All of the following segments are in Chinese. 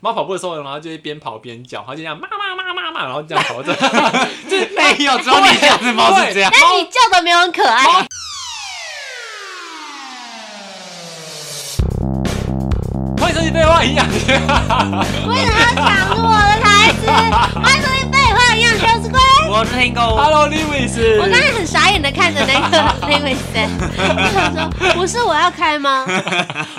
猫跑步的时候，然后就会边跑边叫，它就这样骂骂骂骂骂，然后这样跑着，就是没有，只有你家的猫是这 样。但你叫的没有很可爱。欢迎收听《废话营养学》， 为什么要抢我的台词？ 欢迎收听《废话营养学》，我是龟。我是听狗， Hello Lewis，我刚才很傻眼的看着那 个那位谁，我想说，不是我要开吗？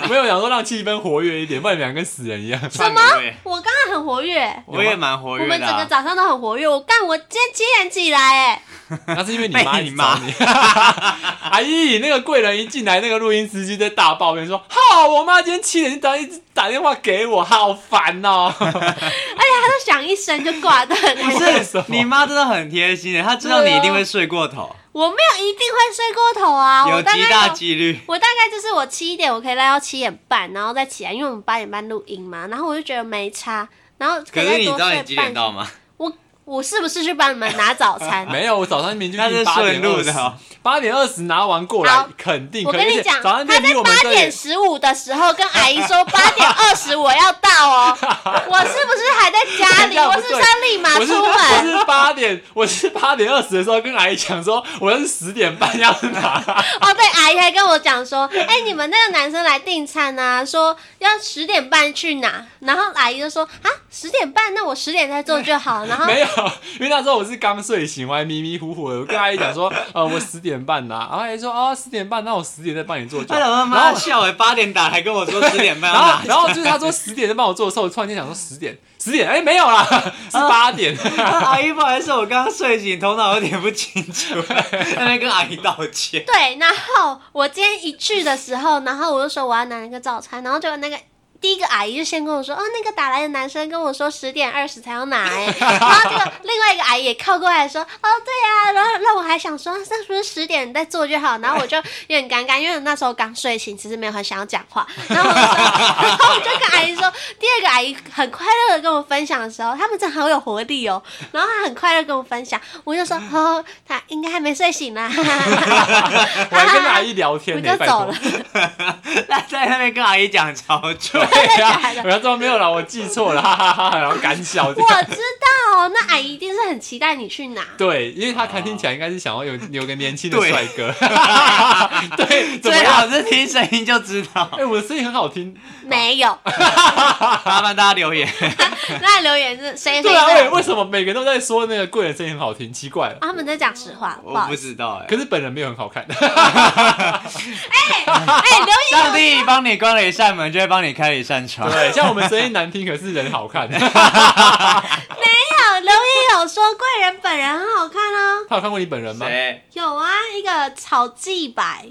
没有想说让气氛活跃一点，不然你们俩跟死人一样。什么？我刚刚很活跃，我也蛮活我跃们的整啊、个早上都很活跃。我干，我今天七点起来，哎，那是因为你妈被你一直找你。阿姨，那个贵人一进来，那个录音司机在大抱怨说：“好，我妈今天七点就打一直打电话给我，好烦哦。他都响一声就挂断 了。为什么你妈真的很贴心欸的，她知道你一定会睡过头，我没有一定会睡过头啊，我有大极概大有几率。我大概就是我七点，我可以赖到七点半，然后再起来，因为我们八点半录音嘛，然后我就觉得没差，然后可以再是你多知道睡你几点半到吗？我我是不是去帮你们拿早餐？没有，我早上明明那就是八顺点路二的哦十，八点二十拿完过来好，肯定我可以。跟你而且讲，早他上店在离我们八这点里，十五的时候跟阿姨说八点二十我要 到哦，我是不是还在家里？这样我不是不对是要立马我是出我门？是八点，我是八点二十的时候跟阿姨讲说，我要是十点半要拿。哦，对，阿姨还跟我讲说，哎、你们那个男生来订餐啊，说要十点半去哪？然后阿姨就说啊，十点半，那我十点再做就好。然后没有，因为那时候我是刚睡醒，我还迷迷糊糊的。我跟阿姨讲 说，呃，我十点半拿、然后阿姨说，哦，十点半，那我十点再帮你做就她好。老妈然妈后笑哎，八点打来跟我说十点半要然后拿，然后就是他说十点再帮我做的时候，我突然间想说十点，十点，哎、没有 啦，是八点。哦阿姨不好意思，我刚刚睡醒，头脑有点不清楚， 在那边跟阿姨道 歉。对，然后我今天一去的时候，然后我就说我要拿一个早餐，然后就那个。第一个阿姨就先跟我说，哦，那个打来的男生跟我说十点二十才要拿、欸，然后这个另外一个阿姨也靠过来说，哦，对啊，然后让我还想说，那是不是十点再做就好？然后我就有点尴尬，因为那时候刚睡醒，其实没有很想要讲话，然后我就说，然后我就跟阿姨说，第二个阿姨很快乐的跟我分享的时候，他们真的好有活力哦，然后她很快乐地跟我分享，我就说，哦，她应该还没睡醒啦，我还跟阿姨聊天 我呢、就拜走托 了。。她在那边跟阿姨讲超久，对呀、真的假的我要说没有啦，我记错了，哈哈哈哈，然后干笑这我样。知道，哦那阿姨一定是很期待你去拿。对，因为他看听起来应该是想要有有个年轻的对帅 哥，对，怎么 最样？好是听声音就知道 哎、。我的声音很好听，没 有，麻烦大家留言。那留言是谁谁对啊，为谁？啊为什么每个人都在说那个贵人声音很好听？奇怪了，他们在讲实话，不我好不意思。知道哎、可是本人没有很好看。哎，留言上帝帮你关了一扇门，就会帮你开了一扇窗。对，像我们声音难听，可是人好 看。有留言有说贵人本人很好看哦，他有看过你本人吗？谁？有啊，一个草记白，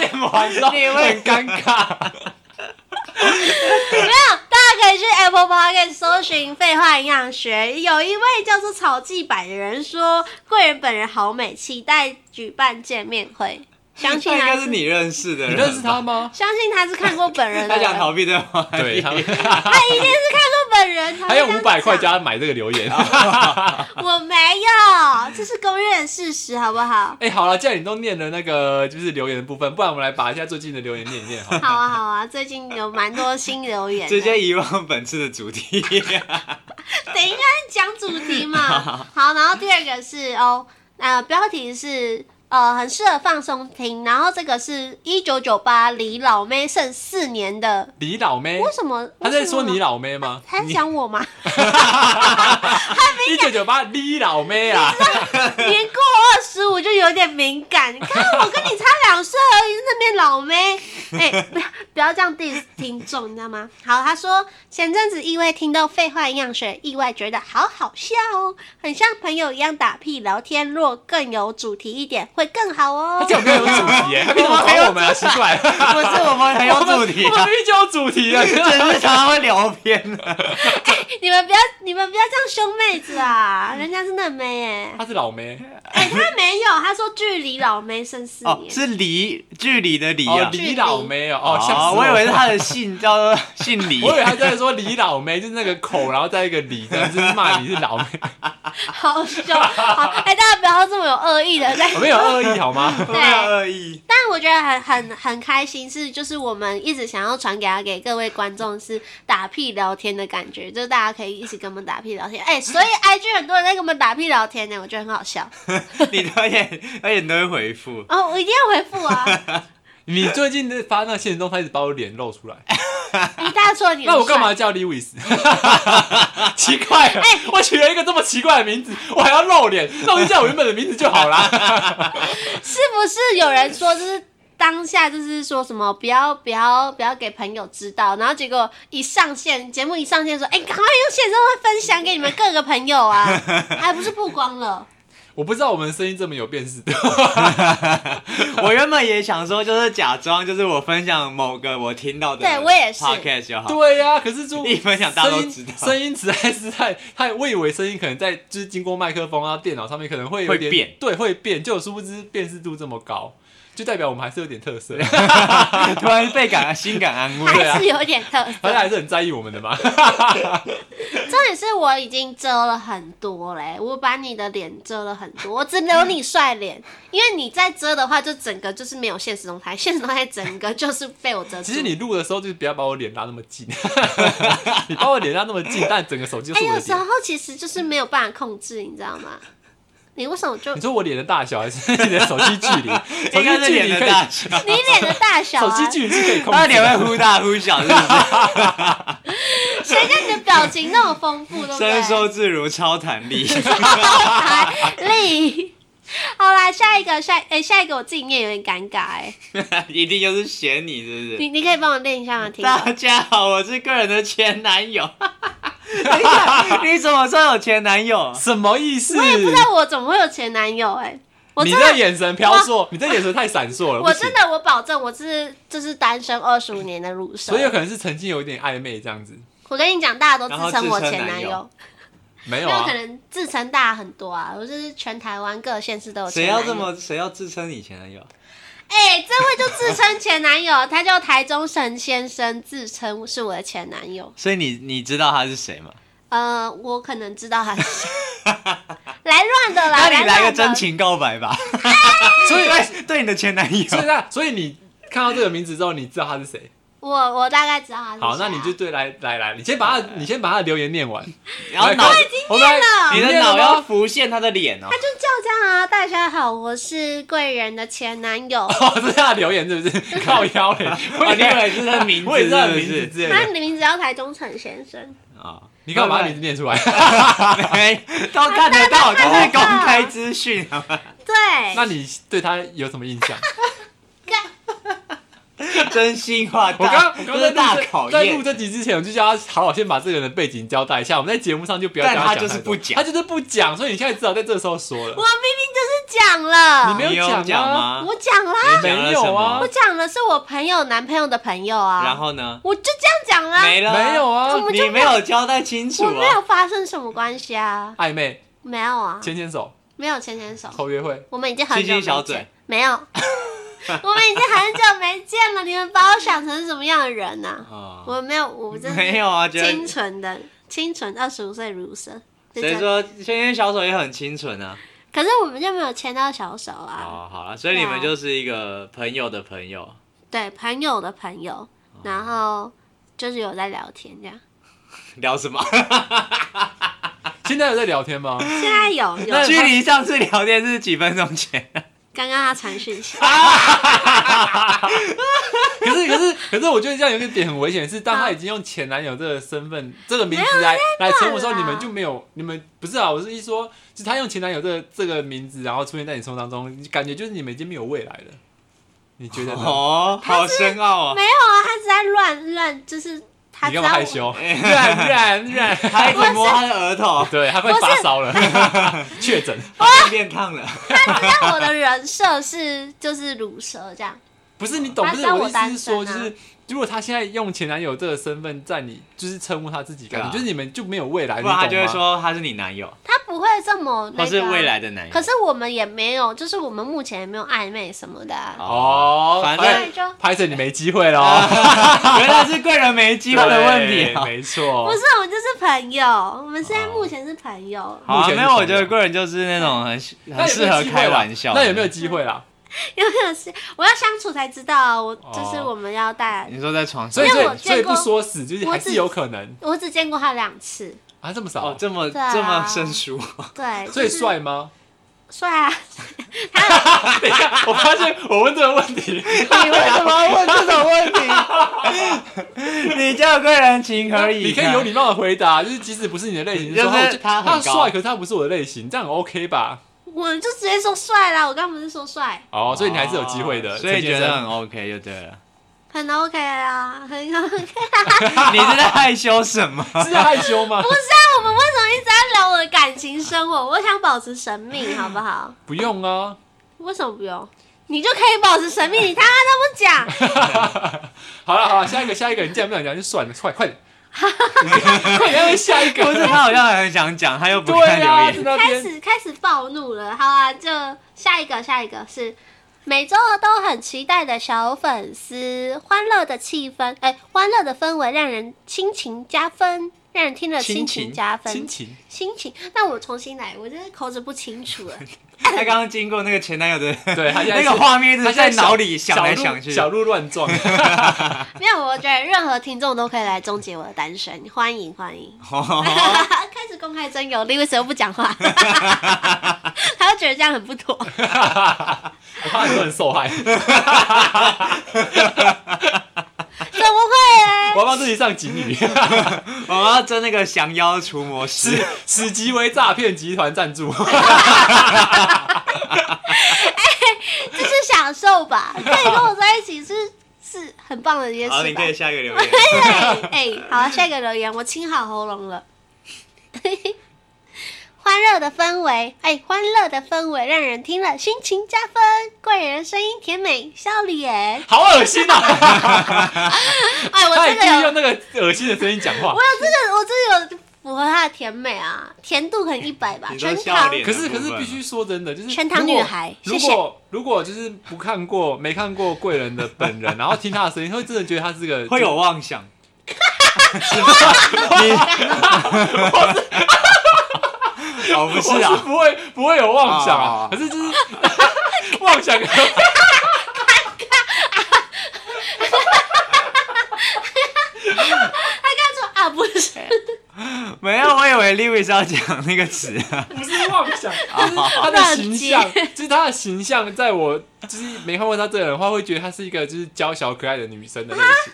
念完之后你会很尴尬。没有，大家可以去 Apple Podcast 搜寻“废话营养学”，有一位叫做草记白的人说贵人本人好美，期待举办见面会。相信那应他该是 你认识的你人，认识他？吗？相信他是看过本人的他 人，想逃避对话，对，他们 他一定是看过本人，才会还有这样五百块讲加买这个留言。啊我没有，这是公认的事实，好不好？哎、好了，既然你都念了那个就是留言的部分，不然我们来把一下最近的留言念一念好了。好啊，好啊，最近有蛮多新留言的。直接遗忘本次的主题。等一下讲主 题嘛。好，然后第二个是哦，呃，标题是呃，很适合放松听。然后这个是一九九八离老妹剩四年的，李老妹，为什么？他在说你老，老妹吗？他在讲我吗？一九九八李老妹啊，年过二十五就有点敏感，你看我跟你差两岁而已，那边老妹， 哎、不要不要这样 diss 听众，你知道吗？好，他说前阵子意外听到废话营养学，意外觉得好好笑哦，很像朋友一样打屁聊天，若更有主题一点会更好哦他。竟然没有主题耶，他凭什么找我们啊？奇怪，不是我们很有主题我们啊，明明就有主题啊！只 是常常会聊偏的。 你们不要你们不要这样凶妹子啊，人家是嫩妹哎、他是老妹， 哎、她没没有，他说距离老梅剩四哦，年。是李距离的李哦，啊。李老梅哦，哦，吓哦死我以为是了他的姓叫做姓李， 我以为他在说李老梅，就是那个口，然后再一个李，这样就是骂你是老梅，好凶！好，哎、大家不要这么有恶意的在。 我没有恶意好吗？ 我没有恶意。但我觉得很很很开心，是就是我们一直想要传给他给各位观众是打屁聊天的感觉，就是大家可以一起跟我们打屁聊天。哎、所以 IG 很多人在跟我们打屁聊天呢，我觉得很好笑。你都也而且你都会回复，哦，我一定要回复啊！ 你最近的发那现实中开始把我脸露出来，一大错你，那我干嘛？叫 Lewis？奇怪了，我取了一个这么奇怪的名字，我还要露脸，那我就叫我原本的名字就好啦。是不是有人说就是？当下就是说什么不要不要不要给朋友知道，然后结果一上线节目一上线说，哎、赶快用线上分享给你们各个朋友 啊，还不是曝光了？我不知道我们的声音这么有辨识度，我原本也想说，就是假装就是我分享某个我听到的，对我也是 podcast 就好。对呀、可是就一分享大家声都音知道声音实在是太太，我以为声音可能在就是经过麦克风啊、电脑上面可能会有会点变对，会变，就殊不知辨识度这么高，就代表我们还是有点特色，突然被感心感安慰，啊还是有点特色。大家还是很在意我们的嘛。重点是我已经遮了很多嘞，我把你的脸遮了很多，我只留你帅 脸，因为你再遮的话，就整个就是没有现实动态，现实动态整个就是被我遮住。其实你录的时候就是不要把我脸拉那么近， 你把我脸拉那么近，但整个手机就哎、是我有的时候脸。其实就是没有办法控制，你知道吗？你为什么就你你说我脸的大小还是你的手机距离？手 应该机是距脸离的可大以，小，脸的大小 手啊机？距离是可以控他的制脸的。会忽大忽小，是 不是？谁叫你的表情那么 丰富，对不伸对？缩自如，超弹力。 力。好啦，下一个，下哎、下一个我自己念有点尴尬哎、一定又是嫌你，是不你是？你可以帮我练一下吗？听友大家好，我是个人的前男友。等一下，你怎么说有前男友？什么意思？我也不知道我怎么会有前男友哎、我你真的这眼神飘烁，你这眼神太闪烁了。我不行真，的，我保证，我是就是单身二十五年的乳蛇所以。有可能是曾经有一点暧昧这样子，我跟你讲，大家都自然称后我自称前男男友友，没因有为啊 可？能自称大家很多啊，我就是全台湾各县市都有谁前男要友。这么？谁要自称你前男友？哎、这位就自称前男友， 他叫台中神先生，自称是我的前男友。所以你你知道他是谁吗？呃，我可能知道他是谁。来乱的那啦，你来来乱个的真情告白吧。 所以，对，对你的前男友。所以那，所以你看到这个名字之后，你知道他是谁？我我大概知道他是谁、啊。好，那你就对来来来，你先把他，你先把他的留言念完。然后来脑我已经念了你的脑要浮现他的脸哦他。就叫这样啊！大家好，我是贵人的前男友。 哦，这是他的留言是不是？靠腰 嘞，哦，你以为是他名字，我也知道是不名字是之类他的。的名字叫台中陈先生。啊，你干嘛把名字念出来？ 没都看得到，这是公开资讯，好吗？对，哦那你对他有什么印 象？真心话我大，刚这我刚是在大录考这在录验。这集之前，我就叫他好好先把这个人的背景交代一下。我们在节目上就不要但叫他讲就是太多不讲他就是不讲，所以你现在只好在这时候说了我。明明就是讲了，你没你有讲讲啊吗？我讲啦，你讲了没有什么啊我讲了是我朋友男朋友的朋友啊。然后呢？我就这样讲啦，没了，没有，啊我，们就你没有交代清楚我没有啊。发生什么关系啊，暧昧、没有啊，牵牵手、没有牵牵手，偷约会，我们已经很久亲没亲小见嘴，没 有，我们已经很久没见了，你们把我想成什么样的人呢、哦我没有，我真没有啊，觉清得纯的，清纯二十五岁儒生。就这谁样？说萱萱小手也很清纯啊？可是我们就没有牵到小手啊，哦，好了，所以你对啊们就是一个朋友的朋友。对，啊朋友的朋友，哦然后就是有在聊天这样。聊什么？现在有在聊天吗？现在 有 有那，距离上次聊天是几分钟前？刚刚他传讯息，啊可是可是可是，我觉得这样有一个点很危险，是当他已经用前男友这个身份、这个名字来来称呼的时候，啦你们就没有你们不是啊？我是一说，就是他用前男友这个这个名字，然后出现在你生活当中，感觉就是你们已经没有未来了。你觉得呢？ 哦，好深奥没哦。有啊，他只在乱乱，就是他你只要干嘛害 羞？然然然，他一直摸他的额头，对，他快发烧了， 确诊。他变烫了。他只要我的人设是就是乳蛇这样，不是你懂，他不是知道我的我意思单是说，就身啊是如果她现在用前男友这个身份在你，就是称呼她自己，对啊感觉就是你们就没有未来，不然他你就懂吗会说他是你男友，他不会这么那或个。啊是未。来的男友。可是我们也没有，就是我们目前也没有暧昧什么的啊、哦，反所正以就拍着你没机会喽，哦原来是贵人没机会的问题对啊。没错，不是，我们就是朋友，我们现在哦目前是朋友。好啊，目前没是有，朋我觉得友贵人就是那种很喜那很有没适有合机会啦啊开玩笑的。那有没有机会啦？有没有是我要相处才知道，我哦就是我们要带。你说在床上啊所以，因所为我以，所以见过不说死，就是还是有可能我只见过他两次，啊，这么少哦，，这么对啊这么生疏， 对，就所以是帅 吗？帅啊！ 哎等一下，我发现我问这个问题，你为什么问这种问题？ 你叫贵人情何以堪？你可以有礼貌的回答，就是即使不是你的类型，就是说哦他他很高啊帅，可是他不是我的类型，这样很 OK 吧？我就直接说帅啦，我刚不是说帅，哦，所以你还是有机会的，所以陈先觉生得很 OK 就对了。 很 OK 啊，很 OK。你是在害羞什么？ 是害羞吗？不是啊，我们为什么一直在聊我的感情生活？我想保持 神秘，好不好？不用啊，为什么不用？你就可以保持 神秘，你他妈都不讲。好了好了，下一个下一个，你既然不想讲就算了，快快点，快点要下一不个，是他好像很想讲，他又不对看啊，留在 那言。开边始开始暴怒了，好啊，就下一个，下一个是每周都很期待的小粉丝，欢乐的气氛，哎、欢乐的氛围让人心情加分，让人听了心情加分，亲情心情。那我重新来，我真是口齿不清楚了。 他刚刚经过那个前男友的，对他现在那是个画面一他直现在在小脑里想来想去。小鹿小鹿乱撞，没有，我觉得任何听众都可以来终结我的单身，欢迎欢迎。 开始公开征友，Lewis 又不讲话，他就觉得这样很不妥。我怕很多人受害，怎么会嘞？我要帮自己上警语。我们要争那个降妖除魔师。此此即为诈骗集团赞助，这是享受吧？可以跟我在一起是是很棒的一件好，事你吧可？以下一个 留言。哎、好啊，下一个留言，我清好喉咙了。 欢乐的氛围，哎、欢乐的氛围让人听了心情加分。贵人声音甜美，笑脸。好恶心啊！哎，我他也这故个意有，用那个恶心的声音讲话我。有这个，我这个有符合它的甜美啊，甜度可能一百吧，你说全笑糖脸可是可是必须说真的，就是全糖女孩如果如谢谢果如果就是不看过没看过贵人的本人，然后听他的声音，会真的觉得他是个会有妄想。你 哦，不我是是啊，不会不会有妄想啊啊，可是就是 妄想。他说啊，不是，没有，我以为 Lewis 要讲那个词啊。不是妄想，就是他的形象 乱，就是他的形象，在我就是没看过他这个人的话，会觉得她是一个就是娇小可爱的女生的类啊型，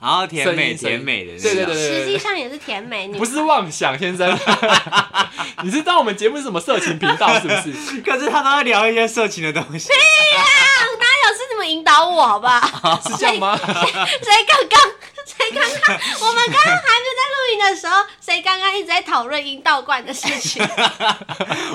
然后甜声美音声音甜美的那种，对对对实对际对上也是甜美女对，不。是妄想先生， 你是当我们节目是什么色情频道是不 是？可是他都在聊一些色情的东西，哪有是你们引导我，好不好？是这样 吗？谁刚刚？谁刚刚？我们刚刚还没有在录音的时候，谁刚刚一直在讨论阴道罐的事情？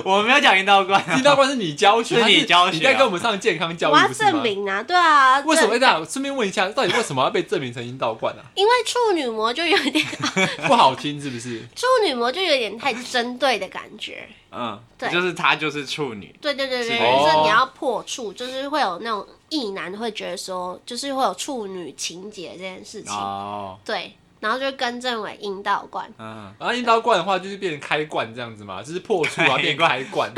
我没有讲阴道啊观。听到关是 你教学，是你还教学你啊在跟我们上健 康教我育，要不是吗证？明啊，对啊，为什么证会这样？顺便问一下，到底为什么要被证明成阴道冠啊？因为处女膜就有点， 不好听是不是？处女膜就有点太针对的感觉。嗯，对就是他就是处女，对对对是对，就是哦你要破处，就是会有那种异男会觉得说，就是会有处女情节这件事情。哦，对，然后就更正为阴道冠。嗯， 然后阴道冠的话，就是变成开罐这样子嘛，就是破处啊，开变罐开罐。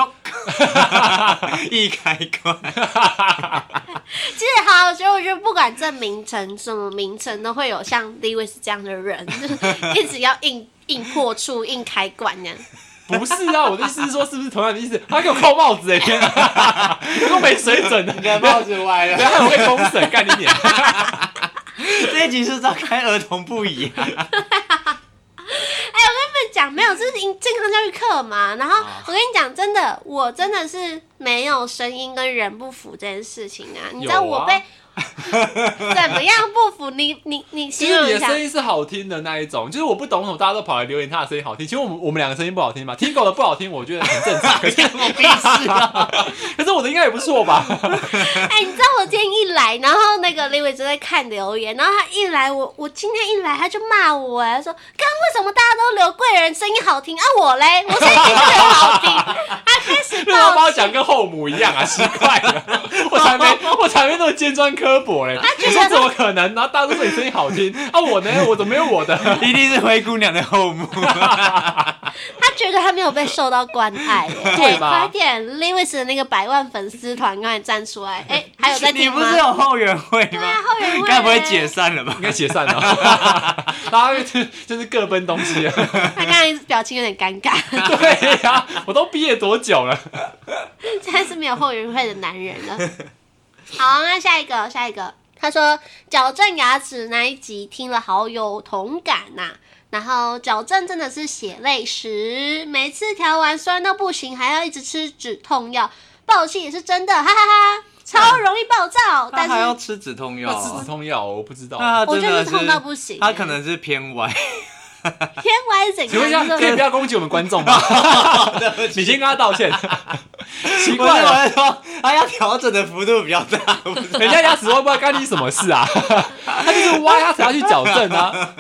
一开关，其实好，所以我觉得不管这名称什么名称，都会有像 Lewis 这样的人， 就是一直要硬硬破处、硬开罐那样。不是啊，我的意思是说，是不是同样的意思？他给我扣帽子哎、天啊，都没水准的，啊你的帽子歪然了。后会公审干你脸。这一集是召开儿童不宜啊， 跟你讲，没有，这是健康教育课嘛。然后我跟你讲，真的，我真的是没有声音跟人不符这件事情啊。你知道有啊我被、 怎么样不服？你你你其形实容你一的下，声音是好听的那一种，就是我不懂为什么大家都跑来留言他的声音好听。其实我们我们两个声音不好听嘛，Tigo 的不好听，我觉得很正常。可是我必须啊！可是我 的应该也不错吧？哎、你知道我今天一来，然后那个李伟就在看留言，然后他一来，我我今天一来他就骂我、哎，他说：“刚为什么大家都留贵人声音好听啊？我嘞，我声音就留好听。”他开始为什么把抱我歉，讲跟后母一样啊？ 奇怪了，我才没我才没那么尖酸刻薄嘞。你说怎么可能？然后大家都说你声音好听啊，我呢？我怎么没有我的？一定是灰姑娘的后母。他觉得他没有被受到关爱、哎对吧哎快点李伟的那个百万粉丝团，赶紧站出来！哎、还有在你听不吗啊是？有后援会吗？后援会该不会解散了吧应？该解散 了，大家就是就是各奔东 西了。他刚才表情有点尴尬，对呀、我都毕业多久了？真的是没有后援会的男人了。好，那下一个，下一个，他说矫正牙齿那一集听了好有同感呐、然后矫正真的是血泪史，每次调完酸到不行，还要一直吃止痛药，爆气也是真的，哈哈哈超容易暴躁，但他还要是吃止痛药那吃止啊，痛药哦我不知道。那他我真就是的痛到不行、他可能是偏歪，哎天歪怎样？请问一下，就是可以不要攻击我们观众 吗？你先跟他道 歉。奇不是我怪了，是说他要调整的幅度比较大，不是人家牙齿歪不歪干你什么事 啊？他就是歪牙齿要去矫正 啊，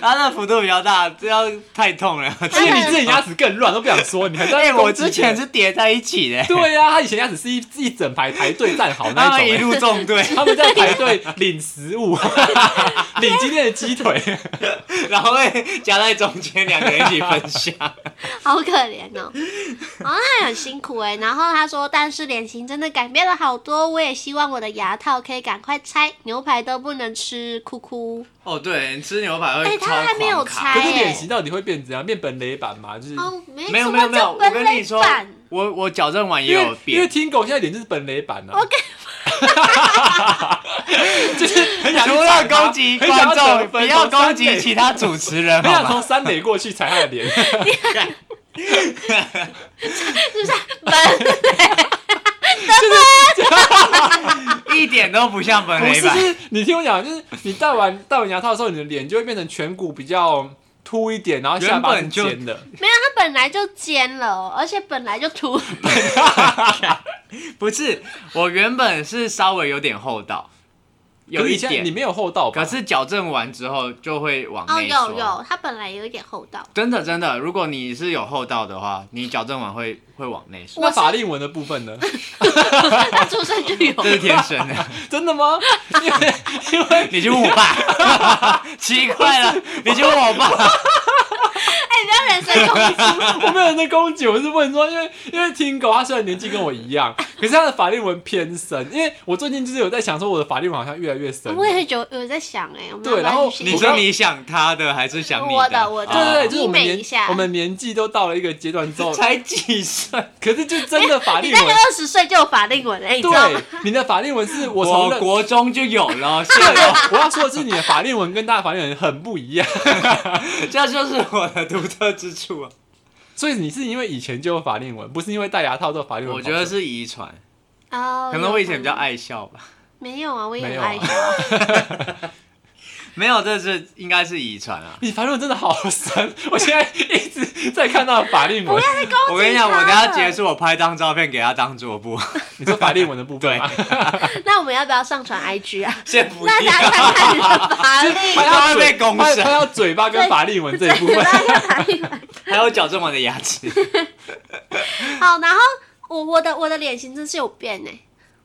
他那幅度比较大，这要太痛 了。其实你自己牙齿更乱，都不想说，你还在那哎、边我攻击别人。之前是叠在一起 的，对呀、他以前牙齿是一一整排排队站好那他们一一种、欸。路纵队，他们在排队领食物， 领今天的鸡腿。然后会夹在中间，两个人一起分享。好可怜哦，哦，那很辛苦哎。然后他说，但是脸型真的改变了好多，我也希望我的牙套可以赶快拆，牛排都不能吃，哭哭。 哦，对，你吃牛排哎会超他还没有狂卡拆欸可是脸型到底会变怎样？变本垒版吗？就是哦，没嗯没有什没有么没有，叫我本跟垒你说版，，我我矫正完因也有为因为变，听狗现在脸就是本垒版啊。我跟 就是很想去除了踩他攻击很想观众，得分不要从三攻击垒其他主持 人，很好想吗？从三垒过去踩他的脸， 本一点都不像 本不垒是，就版。是你听我讲，就是你戴完戴完牙套的时候，你的脸就会变成颧骨比较凸一点，然后下巴是原本就尖的。没有，它本来就尖了哦，而且本来就哦凸。 不是，我原本是稍微有点厚道，有可是一你现在你点，没有厚道吧？可是矫正完之后就会往哦，内缩。有有，它本来有一点厚道。真的真的，如果你是有厚道的话，你矫正完会会往 内缩，我那是法令纹的部分 呢？它出生就有，这是天生的。 真的吗？因为因为你去问我 爸，奇怪了，你去问我爸，哎，不要人身攻击。我没有人在攻击，我是问说，因为因为听狗，他虽然年纪跟我一样， 可是他的法令纹偏深。因为我最近就是有在想说，我的法令纹好像越来越深。我也是有有在想哎，我们对要不要然后去写你说你想他的还是想你我的我的对对对，哦就是我们医美一年下我们年纪都到了一个阶段之后， 才几岁，可是就真的法你令大概纹，二十岁就有法令纹了，你知道吗对？，你的法令纹是我从我认国中就有了，是对的，， 我要说的是你的法令纹跟大家的法令纹很不一样， 这就是我的独特之处啊。所以你是因为以前就有法令纹，不是因为戴牙套之后法令纹 我跑觉出来。得是遗传，哦，可能我以前比较有爱笑吧。没有啊，我也没很有爱啊笑。没有，这是应该是遗传啊。你法令纹真的好深， 我现在一直在看到法令不纹要。再攻击他了我跟你讲，我等一下结，束，我拍张照片给他当桌布。你说法令纹的部分吗？那我们要不要上传 IG 啊？先不那大家看看你的法令拍拍纹，到嘴他会被攻拍审拍到嘴巴跟法令纹这一部分。大家看法令纹。还有矫正完的牙齿，好，然后我我的我的脸型真是有变呢、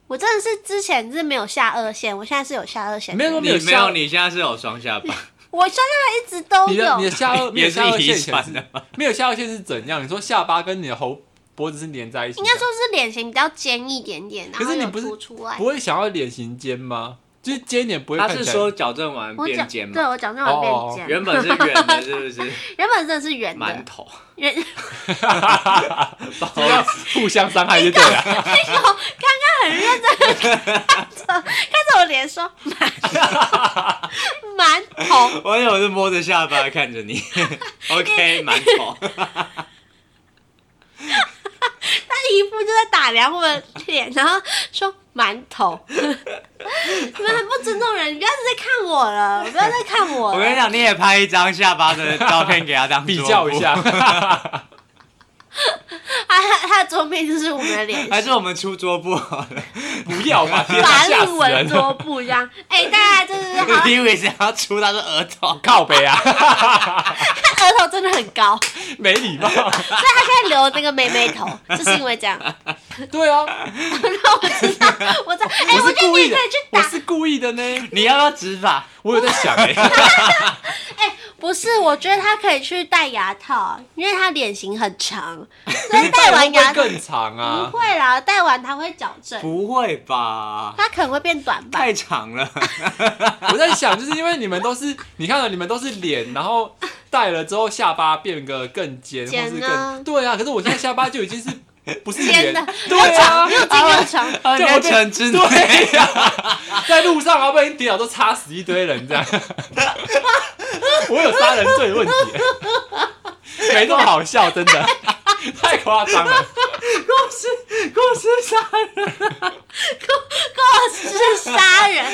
我真的是之前是没有下颚线，我现在是有下颚线。没有你没有，你你现在是有双下巴，我身上一直都你的你有的。下颚没有也是下颚线遗以前传的是，没有下颚线是怎样？你说下巴跟你的喉脖子是连在一起的，应该说是脸型比较尖一点点，然可后是你有不是凸出来不。会想要脸型尖吗？就是尖一点不会他看起是来。说矫正完我变讲，尖对嘛？我讲这种哦哦哦变尖，原本是圆的，是不是？原本真的是圆馒 的，头，圆不要互相伤害就对了。很认真的看着看着我脸说馒头，馒头。 我有是摸着下巴看着 你，OK，馒头。 他一副就在打量我的脸，然后说馒头。你们很不尊重人，你不要再看我了，不要再看 我了。我跟你讲，你也拍一张下巴的照片给他当 比较一，下，他他他的桌面就是我们的脸， 还是我们出桌布好了？不要嘛，天哪法吓令死人纹了，桌布这样。哎、大 家就是好啊像你以为想要出他的额头？靠北啊，他额头真的很高，所没礼貌。以他现在留那个妹妹头，就是因为这样。 对啊，让我知道，我在哎、我我是觉得故你意也的可以去，我打。是故意的呢。你要不要植发？我有在想哎，不是，我觉得他可以去戴牙套，因为他脸型很 长，所以戴完牙会更长啊不，会啦，戴完他会矫正，不会吧？他可能会变短吧。太长了，我在想，就是因为你们都是，你看到你们都是脸，然后戴了之后下巴变个更尖，尖啊或是更对啊。可是我现在下巴就已经是不是尖脸的，，对啊长，又近又 长。啊对你我要被成之内对呀、在路上啊，不然你跌倒都插死一堆人这样。我有杀人罪问题，没那么好笑，真的太夸张了。故事故事杀人，告是杀人，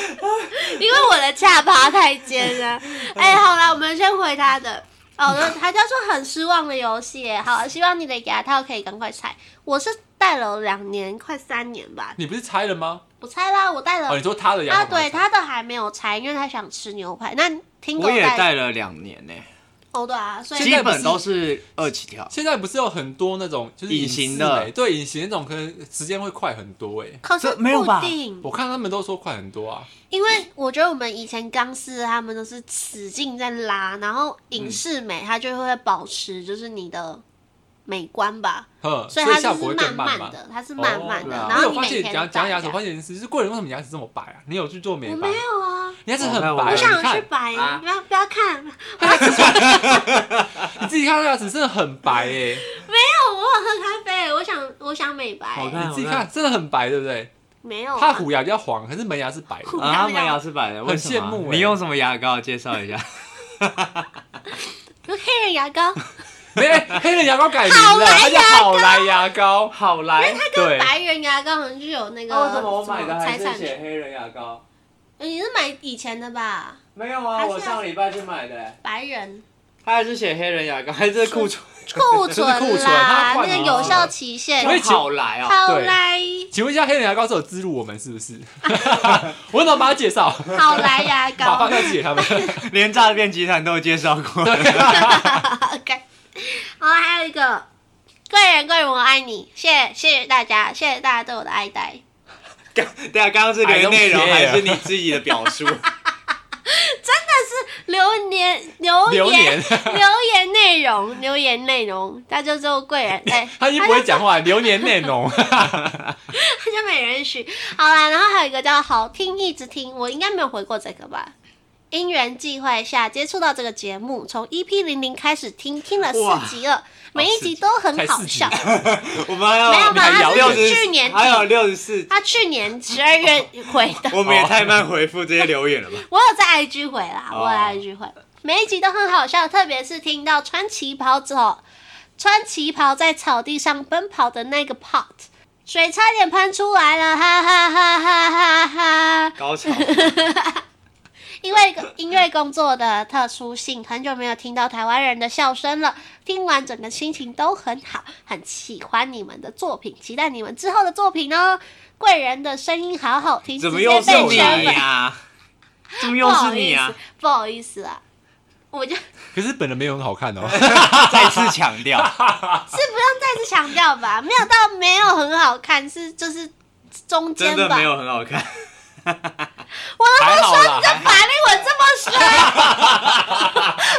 因为我的下巴太 尖了。嗯哎、好啦，我们先回他的。哦，那他叫做很失望的游戏耶。好，希望你的牙套可以赶快拆。我是戴了两年，快三年吧。你不是拆了吗？我拆啦，我戴了。哦，你说他的牙啊，套吗对，他的还没有拆，因为他想吃牛排。那听狗我也带戴了两年呢、哦，对啊，所以现在基不是本都是二起跳。现在不是有很多那种就是隐形形的对隐形那种可能时间会快很多哎、可是这没有吧不定，我看他们都说快很多啊，因为我觉得我们以前钢丝他们都是使劲在拉，然后影视美它就会保持就是你的美观吧，呵，嗯所所以它效就果是会更慢嘛。的，它是慢慢的。哦对啊然后我有你发每现天讲讲牙齿，我发我现一件事，就是贵人为什么牙齿这么白啊？你有去做美白没？有啊，你牙齿我很没有白啊，我我你想看去摆啊，不要不要看， 没你自己看牙齿真的很白哎、有，我有喝咖啡，我想我想美好白，看你自己看真的很白，对不对？没有啊，它虎牙比较黄，可是门牙是白的。 虎啊，他们牙是白的，很为什么啊羡慕欸你用什么牙膏？介绍一下。有黑人牙膏，没黑人牙膏改名了，它叫好来 牙膏。好来，对，白人牙膏好像就有那哦个财产权？呃黑人牙膏？你是买以前的吧？没有啊还是我上礼拜去买的。欸白人他还是写黑人牙膏，还是库存？库存这是库存啦它，那换了个有效期限我也。好来啊！好来，请问一下，黑人牙膏是有资助我们是不 是？ 我怎么帮他介绍？好来牙把膏发。票寄给他们。连诈骗集团都有介绍过。 OK，好，还有一个贵人贵人，我爱你，谢谢谢谢大家，谢谢大家对我的爱戴。 对啊，刚刚是留 I don't 内容 care 还是你自己的表 述？留言留 榴言莲留言内容留言内容，他就做贵人哎，他已经不会讲话，流年内 容。他就没人许。好啦，然后还有一个叫好听一直听，我应该没有回过这个吧。因缘际会下接触到这个节目，从 EP 零零开始听，听了哇四集了，每一集都很好笑。我们还有没有吧还有他是60去年底还有六十四，他去年十二月回的，我们也太慢回复这些留言了吧？我有在 IG 回啦，哦我有在 IG 回，每一集都很好笑，特别是听到穿旗袍之后，穿旗袍在草地上奔跑的那个 part，水差点喷出来了，哈哈哈哈哈哈！高 潮，因为音乐工作的特殊性，很久没有听到台湾人的笑声了。听完整个心情都很好，很喜欢你们的作品，期待你们之后的作品哦。贵人的声音好好听，怎么直接又是被你圈粉呀、怎么又是你呀、不好意思，不好意思啊，我就是可是本人没有很好看 哦。 再次强调，不用再次强调吧，没有到没有很好看，是就是中间真的吧没。有很好看。我都还不好说啦你的法令纹这么深，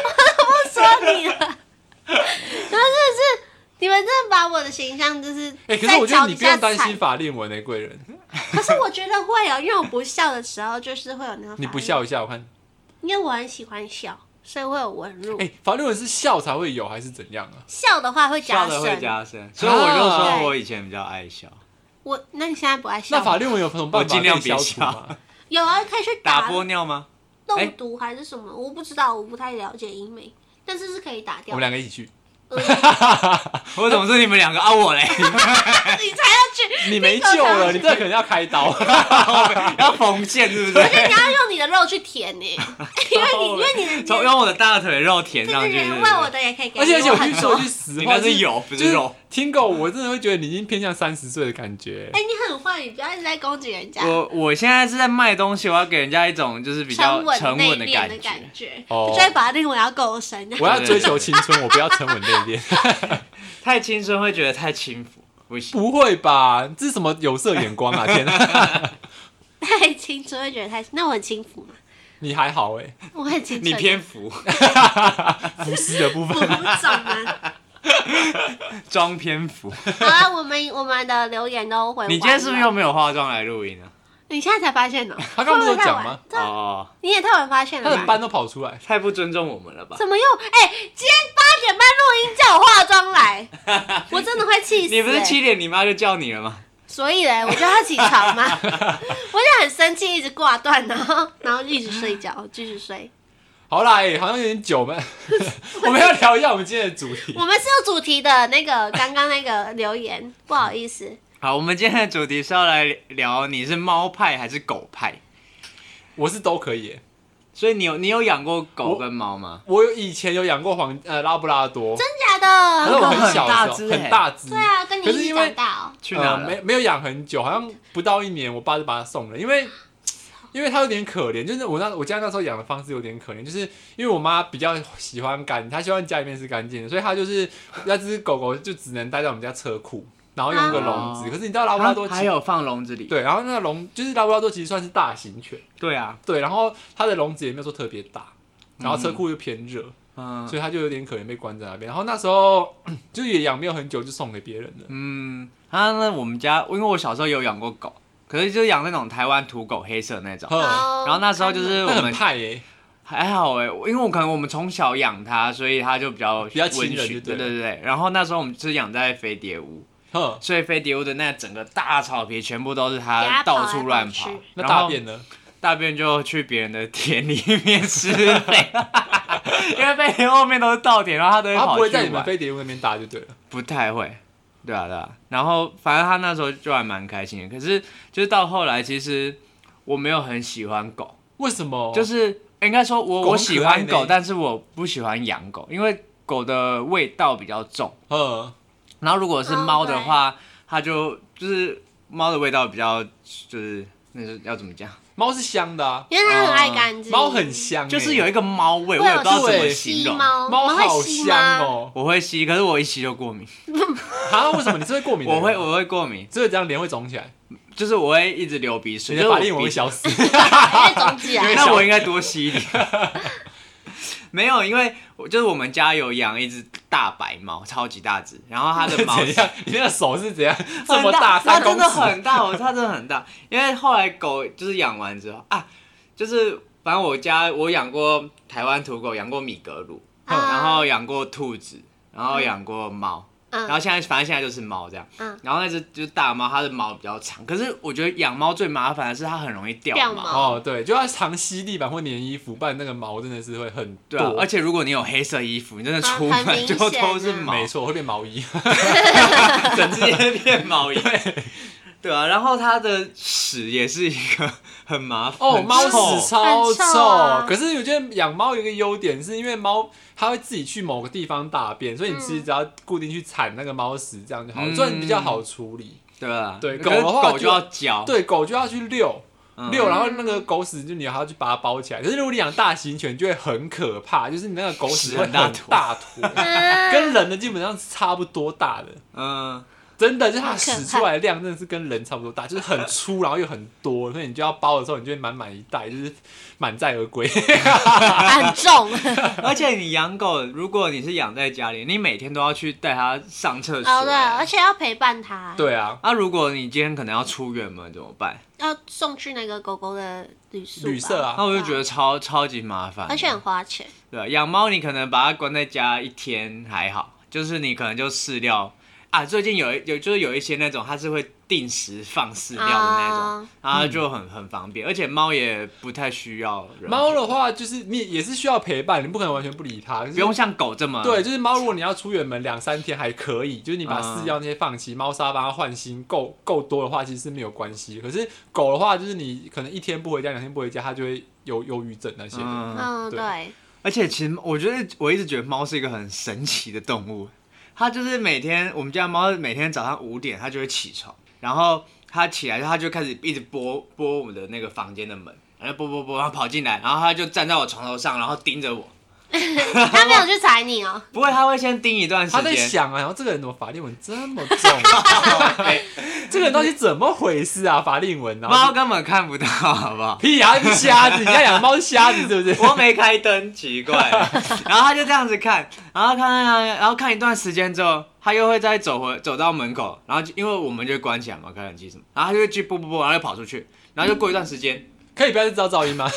我都不说你了。然后真的是，你们真的把我的形象就是哎、在可是我觉脚得你底不下用担踩心。法令纹诶，贵人，可是我觉得会有，哦因为我不笑的时候就是会有那个。你不，笑一下我看。因为我很喜欢笑，所以会有纹路。哎、法令纹是笑才会有还是怎样啊？笑的话会笑 加的会深。哦加深，所以我就啊说我以前比较爱笑，我，那你现在不爱那笑吗？法令纹有什么办我法尽可以量消别除吗？有啊，可以去打打玻尿吗？肉毒还是什么，我不知道，我不太了解医美，但是是可以打我掉们的。两个一起去，我怎么是你们两个啊？ 我嘞，你才要去，你没救了，你这可能要开刀。要缝线是不我觉得是？你要用你的肉去舔你，因为你因为你的从用我的大腿肉舔上对对去是对，不喂是，我的也可以 给你，而且而且我我很去多说句实应话，该是有，不是肉。听狗，我真的会觉得你已经偏向三十岁的感觉。哎、你很坏，你不要一直在攻击人家，我我现在是在卖东西，我要给人家一种就是比较稳沉内稳的敛的觉。觉，哦就会把另外要够深。我要追求青春，我不要沉稳内 敛。太青春会觉得太轻浮，不 行。不会吧？这是什么有色眼光啊！天 啊，太清楚会觉得太，那我很轻浮嘛，你还好哎、我很清楚。你偏浮，浮尸的部我分不懂啊！装偏浮。好了，我们我们的留言都回完了。你今天是不是又没有化妆来录音啊？你现在才发现呢、他刚不是有讲吗会不会太晚对啊哦，你也太晚发现他了的吧？斑都跑出来。太不尊重我们了吧？ 怎么又？哎、今天八点半录音叫我化妆 来，我真的会气死、你不是哎七点你妈就叫你了吗？所以嘞，我就要起床嘛， 我就很生气，一直挂断，然后然后一直睡觉，继续睡。好啦，哎、好像有点久 嘛。我们要聊一下我们今天的主题我。们是有主题的，那个刚刚那个留 言，不好意思，好，我们今天的主题是要来聊你是猫派还是狗派。我是都可以、欸，所以你有你有养过狗我跟猫吗？我有以前有养过黄呃拉布拉多，真假的？可是我很小的时大候只欸啊很大只，对啊，跟你可一是起因为长大哦。去哪呃、了？没没有养很久，好像不到一年，我爸就把它送了，因为因为它有点可怜，就是我那我家那时候养的方式有点可怜，就是因为我妈比较喜欢干，她希望家里面是干净的，所以她就是那只狗狗就只能待在我们家车库，然后用个笼子。哦可是你知道拉布拉多啊还其实有放笼子里。对，然后那个笼就是拉布拉多其实算是大型犬，对啊，对，然后它的笼子也没有说特别大，然后车库又偏热，嗯所以它就有点可怜被关在那边。然后那时候就也养没有很久，就送给别人了。嗯，啊，那我们家因为我小时候有养过狗，可是就养那种台湾土狗，黑色那种。呵呃然后那时候就是那我很们派耶、还好哎，因为我可能我们从小养它，所以它就比较比较亲人温就驯对对了对对。然后那时候我们是养在飞碟屋，哼，所以飞碟屋的那整个大草皮全部都是给它它跑到来处跑乱去跑，那然大后便呢？大便就去别人的田里 面施肥， 因为飞碟后面都是稻田，然后它都会它跑啊不会在去你们玩，飞碟屋那边搭就对了。不太会。对啊，对啊。然后反正他那时候就还蛮开心的，可是就是到后来，其实我没有很喜欢狗，为什么？就是应该说我哦狗我很喜可爱欢呢狗，但是我不喜欢养狗，因为狗的味道比较重。呃，然后如果是哦猫的话，它就就是猫的味道比较就是那是要怎么讲？猫是香的啊，因为它很爱干呃净，猫很香欸，就是有一个猫味，我会也不知道对怎么有形吸容。猫，猫好会吸吗香。 哦。我会吸，可是我一吸就过敏，啊，为什么你是会过敏的我人？啊会我会过敏，只有这样脸会肿起来，就是我会一直流鼻水，你的就是法我令纹鼻会消失。因为总之啊，那我应该多吸一点。 没有，因为我就是我们家有养一只大白猫，超级大只，然后它 的毛 怎样？你那个手是怎样？这么很大，它三公真的尺。很大， 我它真的很大。因为后来狗就是养完之后啊，就是反正我家我养过台湾土狗，养过米格鲁，嗯然后养过兔子，然后养过猫，然 嗯后现在反正现在就是猫这样。嗯，然后那只就是大猫，它的毛比较长，可是我觉得养猫最麻烦的是它很容易掉掉毛哦，对，就要常吸地板或粘衣服，不然那个毛真的是会很对啊，而多。且如果你有黑色衣服，你真的啊出很门明就显都是啊毛，没错，会变毛衣。整只也变毛衣。 对啊，然后它的屎也是一个很麻烦 哦，猫臭屎超很臭啊可是我觉得养猫有一个优点，是因为猫它会自己去某个地方大便，所以你其实嗯只要固定去铲那个猫屎，这样就好了，嗯所以比较好处理。对啊，对可狗是的话狗就就要嚼，对，狗就要去遛嗯遛，然后那个狗屎就你还要去把它包起来。可是如果你养大型犬，就会很可怕，就是你那个狗屎屎会很大很大坨，嗯跟人的基本上是差不多大的。嗯，真的，就是它好可怕屎出来的量真的是跟人差不多 大，就是很粗，然后又很多，所以你就要包的时候，你就会满满一袋，就是满载而 归。很重，而且你养狗，如果你是养在家里，你每天都要去带它上厕所。好的，哦而且要陪伴它，对啊，啊，如果你今天可能要出远门怎么办？要送去那个狗狗的旅宿吧，旅社啊那我就觉得超超级麻烦，而且很花钱，啊对，养猫你可能把它关在家一天还好，就是你可能就饲料，啊，最近有一有就是有一些那种它是会定时放饲料的那种，啊然嗯后就很很方便，而且猫也不太需要人，猫的话，就是你也是需要陪伴，你不可能完全不理它。就是不用像狗这么对，就是猫，如果你要出远门两三天还可以，就是你把嗯饲料那些放弃，猫砂帮它换新，够够多的话其实是没有关系。可是狗的话，就是你可能一天不回家，两天不回家，它就会有忧郁症那些的。嗯，嗯，对对，而且其实我觉得我一直觉得猫是一个很神奇的动物，它就是每天我们家猫每天早上五点它就会起床，然后它起来它就开始一直拨拨我们的那个房间的门，然后拨拨拨，然后跑进来，然后它就站在我床头上，然后盯着我， 他没有去踩你哦，不会，它会先盯一段时他在间。想啊，然后这个人怎么法令纹这么重、啊？哎 这个人到底怎么回事啊？法令纹啊，猫根本看不到， 好不好？屁啊！你瞎子，你家养猫是瞎子是不是？我没开灯，奇怪。然后他就这样子看，然后看看，然后看一段时间之后，他又会再走回走到门口，然后就因为我们就关起来嘛，开冷气什么，然后他就会去啵啵啵，然后又跑出去，然后又过一段时间，可以不要去招噪音吗？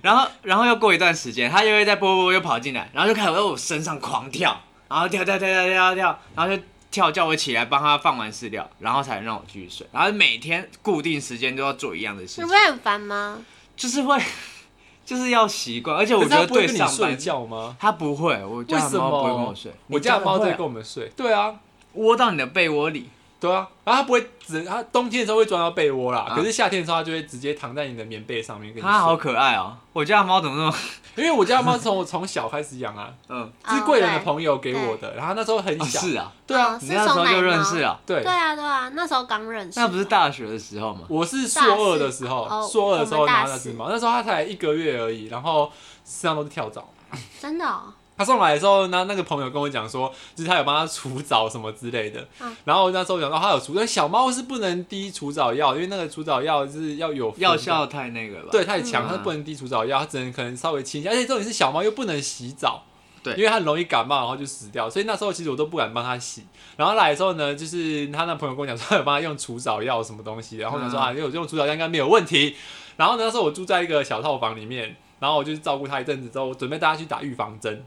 然后然后又过一段时间，他又会再啵啵啵又跑进来，然后就开始在哦我身上狂跳，然后跳跳跳跳跳跳，然后就。跳叫我起来帮他放完饲料，然后才能让我继续睡。然后每天固定时间都要做一样的事情你不，会很烦吗？就是会， 就是要习惯。而且我可是觉它得不会对跟你上睡班觉吗？它不会，我家为的什么？猫不会跟我睡，我家的猫都在会跟我们睡。对啊，窝到你的被窝里。对啊，然后它不会只，它冬天的时候会钻到被窝啦，啊可是夏天的时候它就会直接躺在你的棉被上面跟你它好睡。可爱哦、我家的猫怎么那么……因为我家的猫从我从小开始养啊，嗯， 是哦贵人的对朋友给我的，然后那时候很哦小，是啊，对啊哦，你是那时候送奶就猫认识啊，对对。啊，对啊，那时候刚认识，那不是大学的时候吗？我是硕二的时大候，四哦硕二的时候我们拿大那只猫，那时候它才一个月而已，然后身上都是跳蚤。真的哦，他送来的时候，那那个朋友跟我讲说，就是他有帮他除蚤什么之类的。嗯然后我那时候讲到他有除，但小猫是不能滴除蚤药，因为那个除蚤药是要有分的药效太那个了吧？对太强，嗯它不能滴除蚤药，它只能可能稍微清一下。而且重点是小猫又不能洗澡，对因为它很容易感冒，然后就死掉。所以那时候其实我都不敢帮它洗。然后来的时候呢，就是他那朋友跟我讲说，他有帮他用除蚤药什么东西，然后我想说嗯啊，因为我用除蚤药应该没有问题。然后呢那时候我住在一个小套房里面，然后我就是照顾它一阵子之后，我准备带它去打预防针。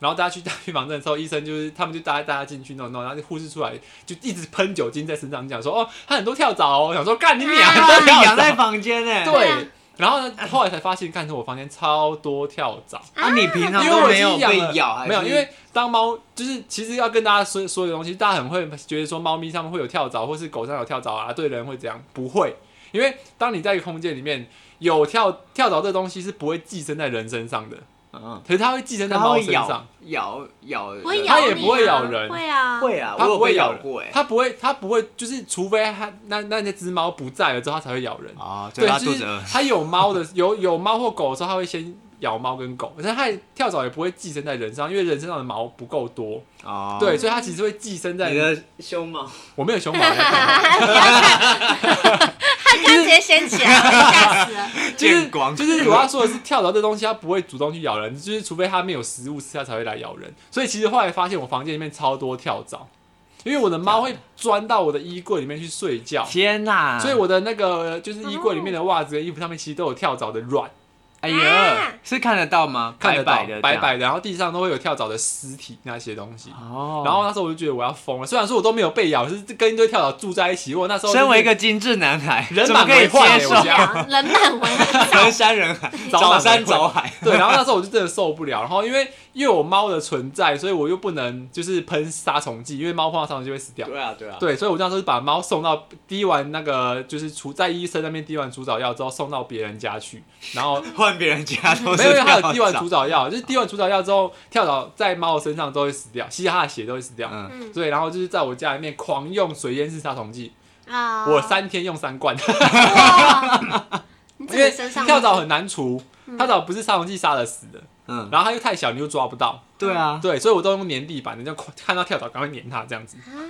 然后大家去打预防针的时候，医生就是他们就大家大家进去弄弄，然后就护士出来就一直喷酒精在身上，讲说哦，它很多跳蚤哦，想说干你娘啊的跳哎蚤养在房间呢、对啊对，然后呢，后来才发现，看我房间超多跳蚤，啊，你平常因为我都已没有经养被了咬，哎还是没有，因为当猫就是其实要跟大家说说的东西，大家很会觉得说猫咪上面会有跳蚤，或是狗上有跳蚤啊，对人会怎样？不会，因为当你在一个空间里面有跳跳蚤这东西是不会寄生在人身上的，嗯，可是它会寄生在它猫会身上咬。咬咬人，不会咬它你也不会啊咬人会啊，会啊，我它有不会被咬咬人过哎、它不会，它不会，就是除非它那那那只猫不在了之后，它才会咬人。哦，所对以它，就肚是子饿，它有猫的， 有有猫或狗的时候，它会先咬猫跟狗，但是它也跳蚤也不会寄生在人身上，因为人身上的毛不够多，哦，对，，所以它其实会寄生在你的胸毛，我没有 胸毛，我没有胸毛他刚直接掀起来， 吓死了。就是见光就是我要说的是，跳蚤这东西它不会主动去咬人，就是除非它没有食物吃，它才会来咬人。所以其实后来发现我房间里面超多跳蚤，因为我的猫会钻到我的衣柜里面去睡觉，天啊哪、所以我的那个就是衣柜里面的袜子跟衣服上面其实都有跳蚤的卵，哎呀，是看得到吗？看得到白白的，白白的，然后地上都会有跳蚤的尸体那些东西。哦，然后那时候我就觉得我要疯了，虽然说我都没有被咬，可是跟一堆跳蚤住在一起。我那时候、身为一个精致男孩，人怎么满可以为患接欸受我觉得人满为 患，人山人海，早 早晚山会早海。对，然后那时候我就真的受不了。然后因为因为有猫的存在，所以我又不能就是喷杀虫剂，因为猫碰到杀虫剂会死掉。对啊，对啊，对，所以我那时候就把猫送到滴完那个就是除在医生那边滴完除蚤药之后送到别人家去，然 后换别人家都是没有，因为它跳有滴完除蚤，蚤药， 就是滴完除蚤药之后，跳蚤在猫的身上都会死掉，吸它的血都会死掉。嗯，嗯所以然后就是在我家里面狂用水淹式杀虫剂，啊，我三天用三罐。哇你 自因为己身上啊嗯跳蚤很难除，跳蚤不是杀虫剂杀的死的，嗯，然后它又太小，你又抓不到，对啊，对，所以我都用粘地板，你就看到跳蚤赶快粘它，这样子，啊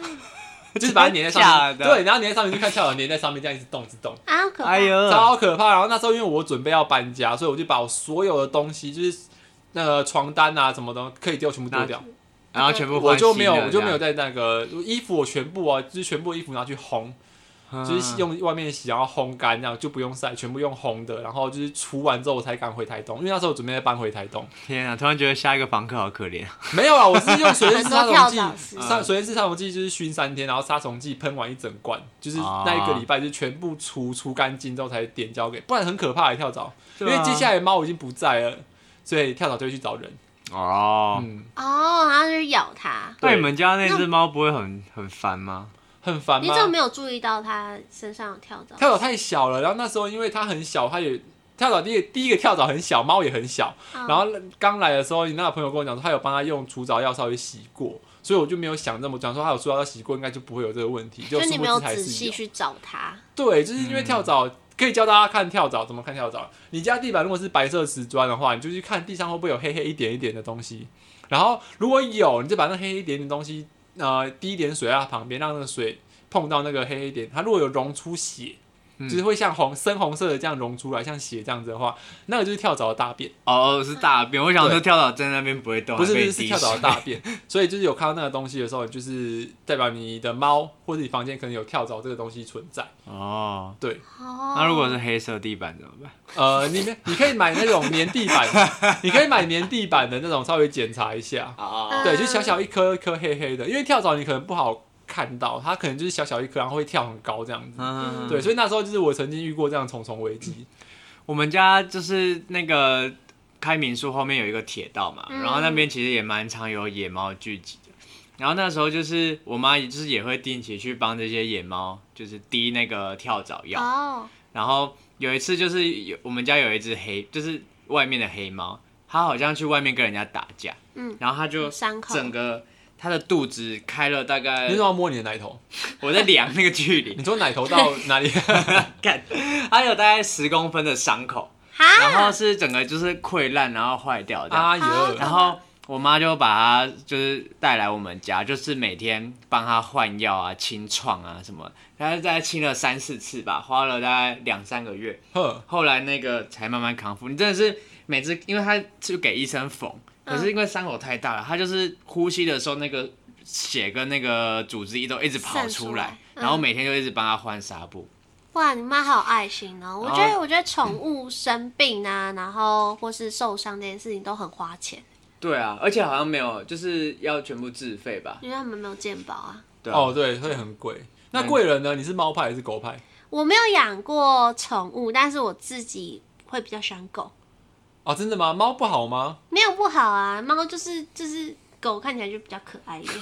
就是把它粘在上面，真的假的对，然后粘在上面就看跳蚤粘在上面，这样一直动一直动，啊，好可怕哎呦，超可怕。然后那时候因为我准备要搬家，所以我就把我所有的东西，就是那个床单啊什么的可以丢全部丢掉，然后全部换我就没有新的我就没有啊这样在那个衣服我全部哦，就是全部衣服拿去烘。嗯就是用外面洗，然后烘干，这样就不用晒，全部用烘的。然后就是除完之后我才敢回台东，因为那时候我准备要搬回台东。天啊！突然觉得下一个房客好可怜。没有啊，我是用 水烟式杀很多跳虫剂蚤是，嗯杀水烟式杀虫剂就是熏三天，然后杀虫剂喷完一整罐，就是啊那一个礼拜就全部除除干净之后才点交给，不然很可怕的欸跳蚤，因对啊为接下来猫已经不在了，所以跳蚤就会去找人。哦，嗯，哦，然后就是咬它。那对你们家那只猫不会很很烦吗？很烦你吗怎？么没有注意到它身上有跳蚤？跳蚤太小了，然后那时候因为它很小，它也跳蚤第一第一个跳蚤很小，猫也很小，嗯然后刚来的时候，你那个朋友跟我讲说，他有帮他用除蚤药稍微洗过，所以我就没有想那么多讲说他有除蚤药洗过，应该就不会有这个问题。就就殊你不没知有还仔是细有。去找它。对，就是嗯因为跳蚤，可以教大家看跳蚤怎么看跳蚤。你家地板如果是白色瓷砖的话，你就去看地上会不会有黑黑一点一点的东西。然后如果有，你就把那黑黑一点点的东西，呃，滴一点水在它旁边，让那个水碰到那个黑黑点，它如果有溶出血，嗯就是会像红深红色的这样溶出来，像血这样子的话，那个就是跳蚤的大便。哦，是大便。我想说对跳蚤在那边不会动，不是还不被是是滴跳蚤的水大便， 所以就是有看到那个东西的时候，就是代表你的猫或者你房间可能有跳蚤这个东西存在。哦。对，哦，那如果是黑色地板怎么办？呃，你们你可以买那种棉地板，你可以买棉地板的那种，稍微检查一 下。哦对，就是小小一颗一颗黑黑的，因为跳蚤你可能不好看到，它可能就是小小一颗，然后会跳很高这样子。嗯，对，所以那时候就是我曾经遇过这样重重危机。我们家就是那个开民宿后面有一个铁道嘛，嗯然后那边其实也蛮常有野猫聚集的。然后那时候就是我妈，也就是也会定期去帮这些野猫，就是滴那个跳蚤药。哦，然后有一次就是有我们家有一只黑，就是外面的黑猫，它好像去外面跟人家打架，嗯，然后它就伤口整个它的肚子开了大概你，怎么要摸你的奶 头？我在量那个距你离，从奶头到哪里？看它有大概十公分的伤口，然哈，后是整个就是溃烂，然后坏掉这样，啊阿姨，啊 然后我妈就把它就是带来我们家，就是每天帮它换药啊、清创啊什么，然后大概清了三四次吧，花了大概两三个月。呵，后来那个才慢慢康复。你真的是每次，因为他就给医生缝，嗯可是因为伤口太大了，他就是呼吸的时候那个血跟那个组织液都一直跑渗出出来来，嗯然后每天就一直帮他换纱布。哇，你妈好有爱心哦！我然后觉得，我觉得宠物生病啊，然后或是受伤这件事情都很花钱，对啊，而且好像没有，就是要全部自费吧？因为他们没有健保啊。对啊哦，对，会很贵。那贵人呢？你是猫派还是狗派？我没有养过宠物，但是我自己会比较喜欢狗，啊，真的吗？猫不好吗？没有不好啊。猫就是就是狗看起来就比较可爱一点，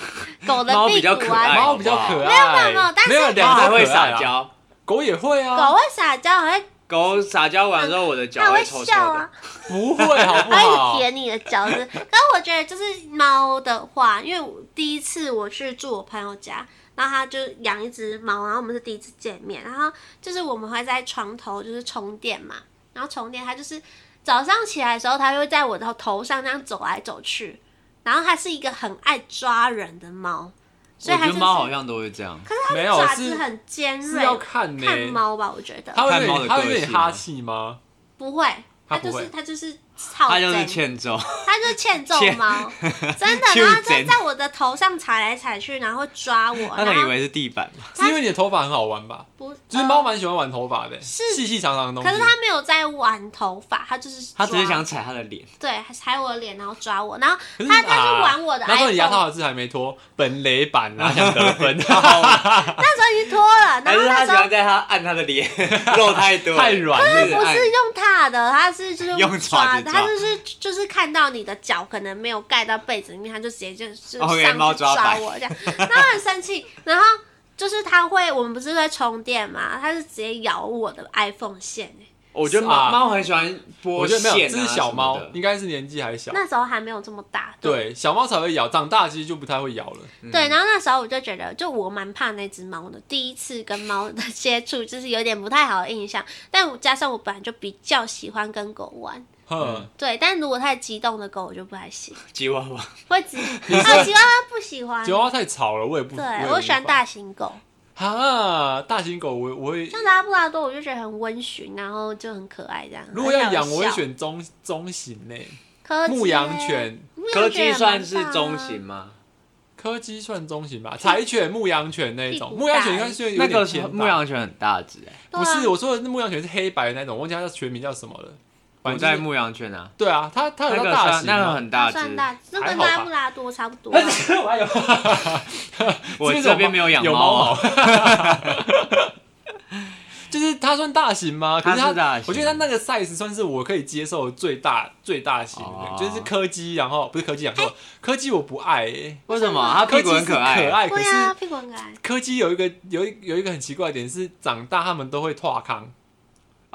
狗的猫屁比较股可爱啊，猫比较可没有爱，没有没有但是两嗯猫只还会可爱撒啊，娇，狗也会啊，狗会撒娇，还会狗撒娇完之后，我的脚它会会臭臭笑啊的。，不会好不哦它会一好直？舔你的脚趾。可是我觉得就是猫的话，因为我第一次我去住我朋友家。然后他就养一只猫，然后我们是第一次见面，然后就是我们会在床头就是充电嘛，然后充电它就是早上起来的时候，它会在我的头上那样走来走去，然后它是一个很爱抓人的猫，所以我它觉得就是猫好像哎都会这样，没有爪子是很尖是锐，要看欸呢，看猫吧，我觉得它会看猫对你的它会个对你性哈啊气吗？不会，它它就不是会它就是操它贼，就是欠揍。它就是欠揍猫， 真的， 欠然后就揍在我的头上踩来踩去，然后会抓我，它可然能以后为是地板吧？是因为你的头发很好玩吧？不就是猫、蛮喜欢玩头发的，嗯是细细长长的呃东可西是。它没有在玩头发，它就是它只是抓想哎踩它的脸。对踩我的脸，然后抓我，然后可是它它是啊玩我的那时候 iPhone，你牙套还是还没脱，本垒板啊，想得 分， 那时候已经脱了，然还后是哎那他时喜候欢在他按他的脸， 肉太多，太软了。不是用踏的，它是就是 用爪子抓的，抓它就是就是看到你的脚可能没有盖到被子里面，它就直接就就 OK，上猫去抓抓板我这样， 然后很生气，然后就是它会，我们不是在充电嘛，它是直接咬我的 iPhone 线、欸，我觉得猫啊猫很喜欢拨我觉得线、啊，没有，这是小猫什么，的应该是年纪还小。那时候还没有这么大，对，小猫才会咬，长大其实就不太会咬了。嗯对，然后那时候我就觉得，就我蛮怕那只猫的，第一次跟猫的接触就是有点不太好的印象，但我加上我本来就比较喜欢跟狗玩。嗯哼，对，但 如果太激动的狗我就不 太行，吉娃娃。会直啊吉娃娃不喜欢，吉娃娃太吵了，我也不。对，也我无喜欢法大型狗，哈，大型狗我我会，像拉布拉多，我就觉得很温驯，然后就很可爱这样。如果要养，很我会有效选中中型呢、柯基牧羊，犬。牧羊柯犬也基算是蛮大啊中型，吗？柯基算中型吧，柴犬、牧羊犬那一屁种。股牧羊犬应该是有那点个偏大牧羊犬很大只哎、对不啊是我说的牧羊犬是黑白的那种，我忘记它的全名叫什么了。古反正就代是牧羊犬啊，对啊，它它那有个到大算型那个嘛，很它大啊算只。大，这还跟好吧拉布拉多差不 多啊。我还有，我是这边没有养有猫啊毛， 就是它算大型吗？可是它它是大型我觉得它那个 size 算是我可以接受最大最大型的，哦就是柯基，然后不是柯基，讲哎错，柯基我不爱、欸，为什么？它柯屁基股很是可爱，爱，可对是啊，屁股很可爱。柯基有一个有一有一个很奇怪的点是，长大它们都会拓康，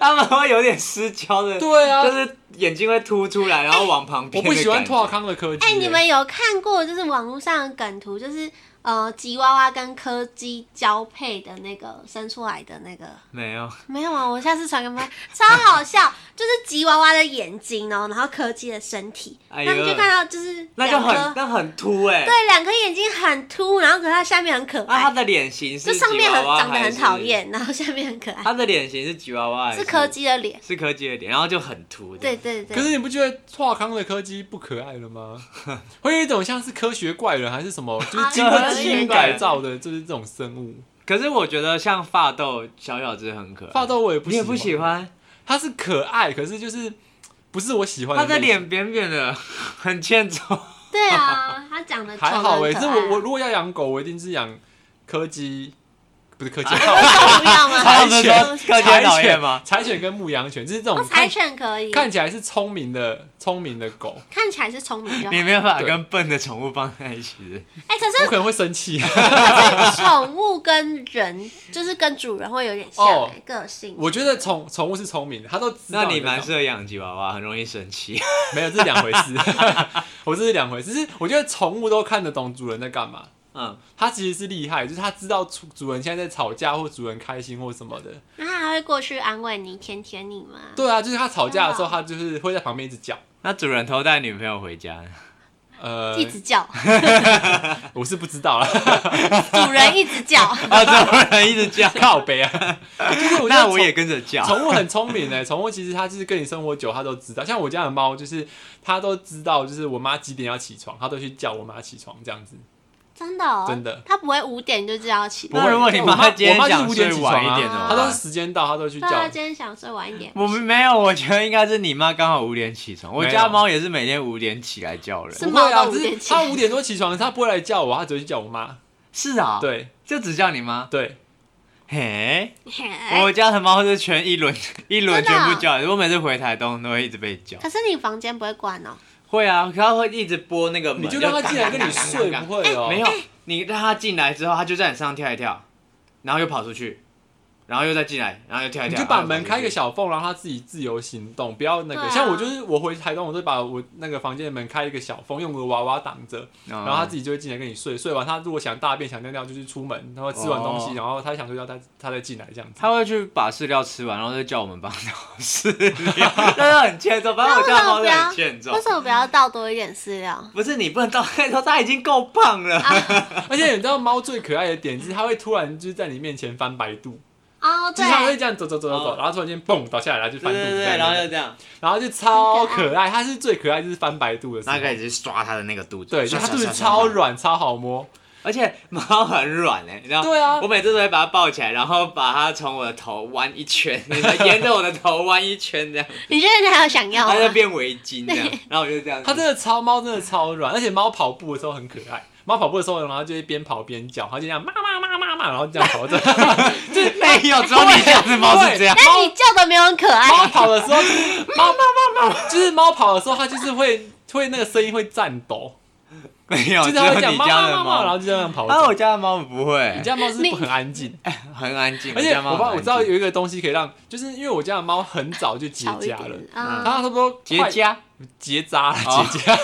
它们会有点失焦的，对啊就是眼睛会凸出来，然后往旁我边。不喜欢拓，康的柯基、哎、欸你们有看过就是网络上的梗图，就是呃吉娃娃跟柯基交配的那个生出来的那个？没有，没有啊，我下次传给你们， 超好笑。就是吉娃娃的眼睛哦，然后柯基的身体，哎呦他们就看到就是那就两很颗，那很凸哎、欸。对，两颗眼睛很凸，然后可是它下面很可那它爱，的脸型是就上面很吉娃娃长得还很是讨。厌，然后下面很可爱，它的脸型是吉娃娃还是柯，基的脸。是柯基的脸，然后就很凸的。对对可对，是你不觉得拓康的柯基不可爱了 吗？会有一种像是科学怪人还是什么，就是经过基因改造啊的，就是这种生物。可是我觉得像发豆小小只很可爱，发豆我也不你也不喜欢，欢，它是可爱，可是就是不是我喜欢它的的类型。脸扁扁的， 很欠揍。对啊，它长得还好哎、哎、这我我如果要养狗，我一定是养柯基，不是柯 基，我不要吗？柴不是犬说柯基很讨柴厌犬吗？柴犬跟牧羊犬，就是这种哦，柴看犬可以，看起来是聪明的聪明的狗，看起来是聪明就 好。你没有办法跟笨的宠物放在一起。哎、可我是可能会生气。 可是宠物跟人就是跟主人会有点像、哦哎个性。我觉得宠宠物是聪明的，它都知道那你在蛮搞适合养吉娃娃，很容易生气。 没有，这是两回事。 我这是两回事，是我觉得宠物都看得懂主人在干嘛。嗯，它其实是厉害，就是它知道主主人现在在吵架，或主人开心或什么的。那它还会过去安慰你、舔舔你吗？对啊，就是它吵架的时候，真的它就是会在旁边一直叫。那主人偷带女朋友回家，呃，一直叫， 我是不知道啦，主人一直叫。啊，主人一直叫， 靠背啊。就是我觉得那宠 我也跟着叫。宠物很聪明哎、宠物其实它就是跟你生活久，它都知道。像我家的猫，就是它都知道，就是我妈几点要起床，它都去叫我妈起床这样子。真的、哦，真的它不会五点就知道起不会床。那如果你我妈妈今天我妈就是想五点睡起床啊晚一点怎么它都办是时间到，它都去对叫。啊，今天想睡晚一点。我 们没有，我觉得应该是你妈刚好五点起床，我没有家猫也是每天五点起来叫人是。不会啊，猫到只五是点起他五点多起床，他不会来叫我，他只会去叫我妈。是啊，，对就只叫你妈。对，嘿，嘿我家的猫是全一轮一轮哎真的啊全部叫，我每次回台东都会一直被叫。可是你房间不会关哦。会啊，它会一直拨那个门，你就让他进来跟你睡，嘎嘎嘎嘎嘎不会哦。没有，你让它进来之后，它就在你身上跳一跳，然后又跑出去，然后又再进来，然后又跳一你跳。就把然后又门跑出开个去，小缝，让他自己自由行动，不要那对个。啊像我就是我回台东，我就把我那个房间的门开一个小缝，用个娃娃挡着，然然后他自己就会进来跟你睡。睡完他如果想大便想尿尿，就是出门，然后吃完东哦西，然后他想睡觉，他他再进来这样子。他会去把饲料吃完，然后再叫我们帮他倒饲 料，真的很欠揍。反正我家猫是很欠揍为，什么不要倒多一点饲料？不是你不能倒太多，它已经够胖了。而且你知道猫最可爱的点是，它会突然就是在你面前翻白肚，哦，就对是，它会这样走走走走哦走，然后突然间蹦倒下来，然后就对翻肚对子这对，样子，然后就这样，然后就超可爱，它是最可爱，就是翻白肚的时候那。可以去刷它的那个肚子，对，刷它刷肚子刷刷超刷软，超好摸。而且猫很软哎、你知道？对啊我每次都会把它抱起来，然后把它从我的头弯一圈，你知道沿着我的头弯一圈这样，你觉得你还有想要吗它？ 就变围巾这样，然后我就这样子。它真的超猫，真的超软，而且猫跑步的时候很可爱。猫跑步的时候，然后它就会边跑边叫，它就这样妈妈妈妈妈，然后这样 跑着。的没有，只有你家的猫是这样。那你叫的没有很可猫爱，跑的时候，就是猫妈妈妈， 就是猫跑的时候，它就是会会那个声音会颤抖，没有，就只是它有会讲你妈家妈的妈妈，然猫。后就这样跑啊，我走。家的猫不会你，家猫是不是你很安静，很安静。而且家猫我帮很我知道安静有一个东西可以让，就是因为我家的猫很早就结小一痂了点，嗯它啊。差不多结快痂，结扎了，哦结痂。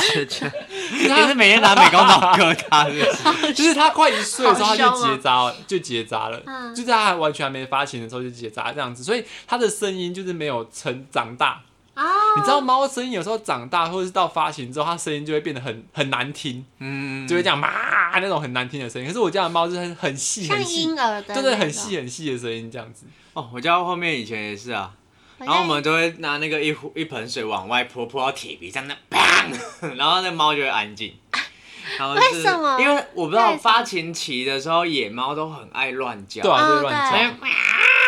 结痂， 你是每天拿美工刀割它是不是？就是他快一岁的时候，他好就凶哦结扎了，就结扎了，嗯就在他还完全还没发情的时候就结扎这样子，所以他的声音就是没有成长大。哦你知道猫声音有时候长大或者是到发情之后，它声音就会变得很很难听，嗯，就会这样嘛那种很难听的声音。可是我家的猫就是很很细像很细，婴儿的那种，对对，很细很细的声音这样子。哦，我家后面以前也是啊，好像。然后我们都会拿那个一 壶一盆水往外泼，泼到铁皮上，那砰，然后那猫就会安静。然后就是为什么因为我不知道为什么发情期的时候，野猫都很爱乱叫，对啊，哦就是乱对讲。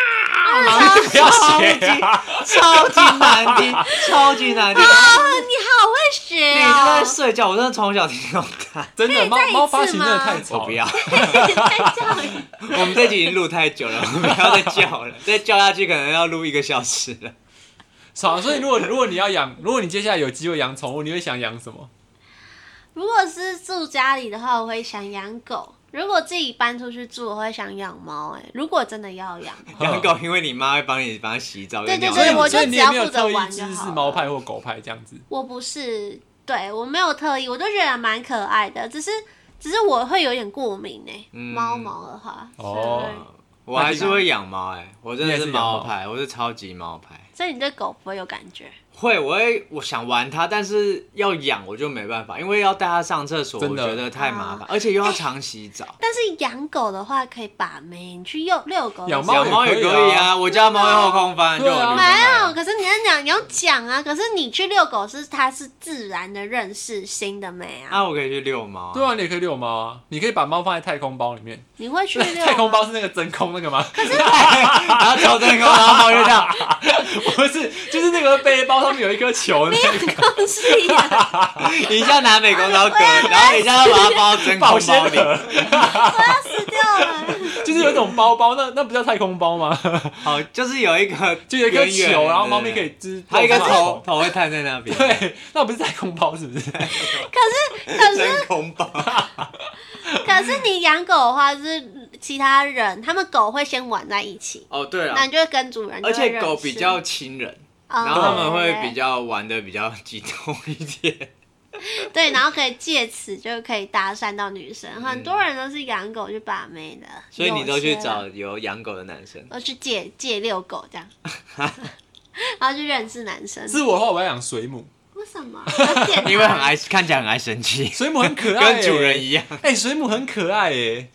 啊不要 学啊！超级难 听，超级难啊听。你好会学每天都在哦！睡觉，我真的从小听到 大。真的，猫再一猫次发情真的吗太吵我了， 不要，在叫你我们这集已经录太久了，我们不要再叫了，再叫下去可能要录一个小时了。吵。所以如果如果你要养，如果你接下来有机会养宠物，你会想养什么？如果是住家里的话，我会想养狗；如果自己搬出去住，我会想养猫。哎，如果真的要养， 养狗，因为你妈会帮你帮它洗澡跟对尿对所以尿，你我就啊哎所以你只也要没有负责特意玩就支持好了猫派或狗派这样子。我不是对我没有特意，我都觉得蛮可爱的，只是只是我会有点过敏哎、嗯猫毛的话，所以哦我会我还是会养猫哎，我真的是猫派，我是超级猫派。所以你对狗不会有感觉。会，我会，我想玩它，但是要养我就没办法，因为要带它上厕所，真我的觉得太麻啊烦，而且又要常洗澡。但是养狗的话可以把妹，你去遛遛狗 的时候。养猫养猫也也可以可以啊啊，我家猫会后空翻，就对有啊女生没来有，可是你要讲你要讲啊，可是你去遛狗是它是自然的认识新的美啊，那我可以去遛猫啊。对啊，你也可以遛猫啊，你可以把猫放在太空包里面。你会 去 遛啊太空包吗是那个真空那个吗？ 然后头灯跟我，然后猫就这样， 不是，就是那个背包上面有一颗球，那 个空气啊，你一下拿美工刀割，然后你一下要把它包 真空保包鲜里，盒，死掉了。就是有一种包包，那那不叫太空包吗？好，就是有一个就有一颗圆圆球，的然后猫咪可以，支，还有一个抱着头，头会探在那边，对，那不是太空包是不是？可是真空包，可是你养狗的话，就是其他人他们狗会先玩在一 起，哦对了那，你就会跟主人就哦而会且认狗识比较，亲人，然然后他们会比较玩的比较激动一 啊点，对，然后可以借此就可以搭讪到女生，很多人都是养狗去把妹的，嗯所以你都去有些人找有养狗的男生，我去借借遛狗 这样，然后去认识男 生。是我的话，我要养水母，为什么？有点 因为很爱看起来很爱生气，水母很可爱、欸，跟主人一样，哎、水母很可爱耶，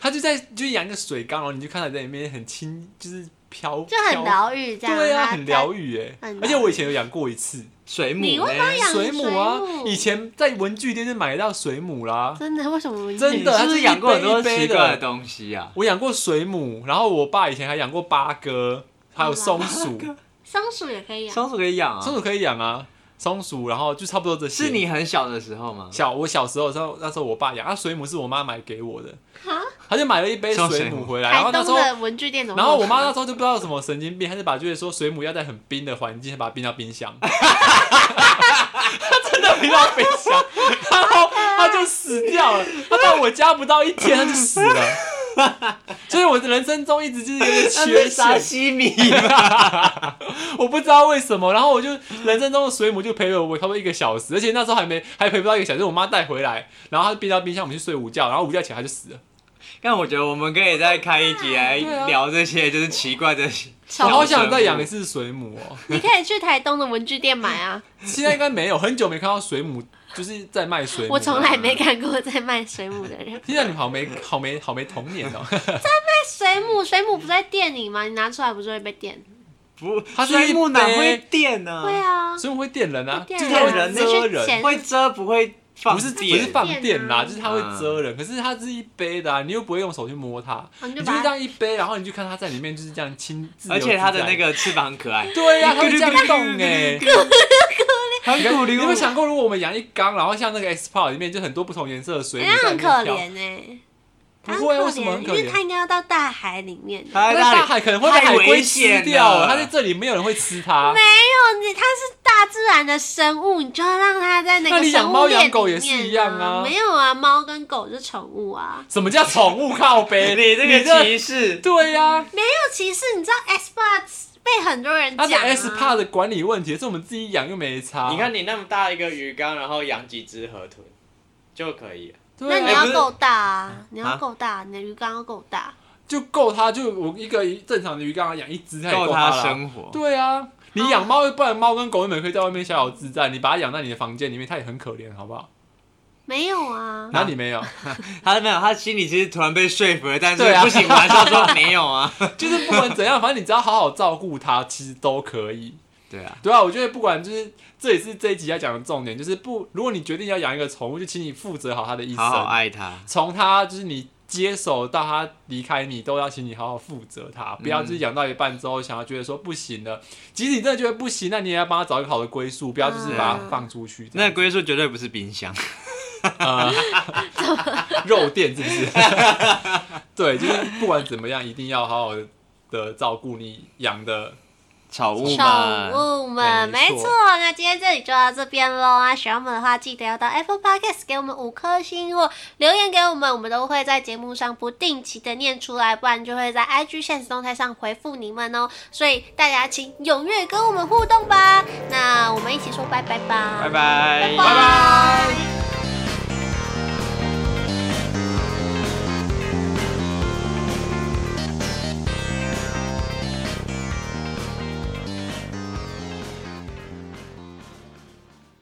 它就在就养一个水缸，然后你就看它在里面很轻，就是飘，就很飘，疗愈这样，对啊，它很疗。愈哎很疗。愈而且我以前有养过一次水母你呢会帮养水母啊水，母以前在文具店就买得到水母啦它。真的？为什么？真你的是不是养过很多一杯一杯奇的怪的东西啊？我养过水母，然后我爸以前还养过八哥，还有松鼠，松鼠也可以养。松鼠可以养啊，松鼠可以养啊，松鼠，然后就差不多这些。是你很小的时候吗？小我小时候的时候，那时候我爸养，啊，水母是我妈买给我的，哈，他就买了一杯送水水母母回来，然后台那时东候的文具店怎么然后我妈那那时候就不知道什么神经病，她就把就是说水母要在很冰的环境，先把它冰到冰箱。 她真的冰到冰箱，然后她就死掉了。她到我家不到一天，她就死了。 所以我的人生中一直就是有点缺沙陷，西米，我不知道为什么。然后我就人生中的水母就陪了我差不多一个小时，而且那时候还没还陪不到一个小时，我妈带回来，然后她冰到冰箱，我们去睡午觉，然后午觉起来她就死了。但我觉得我们可以再开一集 来对啊聊这些，就是奇怪的。我小好想再养一次水母哦。你可以去台东的文具店买啊，现在应该没有，很久没看到水母，就是在卖水母。我从来啊没看过在卖水母的人。 现在你们好没好没好没童年哦。卖水母，水母不在店里吗？你拿出来不是会被电？不，它是一水母哪会杯电呢、会，啊，水母会电人啊，会电就是人它会你遮去人捡，会遮不会放不是不电，是放电啦，电啊就是它会遮人。可是它是一杯的啊，你又不会用手去摸它，哦你你就就把是它这样一杯，然后你就看它在里面就是这样亲，自由而且它的自在那。个翅膀很可 爱，对啊呀、它会这样动哎、 很你有鼓你励有我没有。想过，如果我们养一缸，那我们养一缸，然后像那个 X Park 里面就很多不同颜色的水母人家在里哎面跳，很可怜呢。不它会啊很为什么很可因为怜它应该要到大海里面。它那在大那里海可能会被太海龟危吃险掉，啊了它在这里没有人会吃它。没有你，它是大自然的生物，你就要让它在那那个你养生物猫链养狗里也是面一样啊没有啊，猫跟狗是宠物啊。什么叫宠物靠背？ 你这个歧视，对呀、啊，没有歧视，你知道 S p a t 被很多人它讲、是啊。 S p a 的管理问题，是我们自己养又没差。你看，你那么大一个鱼缸，然后养几只河豚就可以了。那对你啊，要哎不是够大啊，你要啊够大，你的鱼缸要够大。就够它，就我一个正常的鱼缸养一只，它也够它它啦生活对哦啊，你养猫，不然猫跟狗原本可以在外面逍遥自在，你把它养在你的房间里面，它也很可怜，好不好？没有啊，哪里没有？ 他没有，他心里其实突然被说服了，但是对啊不 行，我还是要说没有啊。就是不管怎样，反正你只要好好照顾它，其实都可以。对啊，对啊，我觉得不管就是这也是这一集要讲的重点，就是不，如果你决定要养一个宠物，就请你负责好它的一好好生，爱它。从它就是你接手到它离开你，都要请你好好负责嗯它，不要就是养到一半之后想要觉得说不行了，即使你真的觉得不行，那你也要帮它找一个好的归宿，不要就是把它放出去这啊那样。呃个龟宿绝对不是冰箱， 肉垫是不是？ 对，就是不管怎么样，一定要好好的照顾你养的。宠物嘛。宠物们，没没错错。那今天这里就到这边喽啊！喜欢我们的话，记得要到 Apple Podcast 给我们五颗星或留言给我们，我们都会在节目上不定期的念出来，不然就会在 IG 现实动态上回复你们哦。所以大家请踊跃跟我们互动吧。那我们一起说拜拜吧，拜拜，拜拜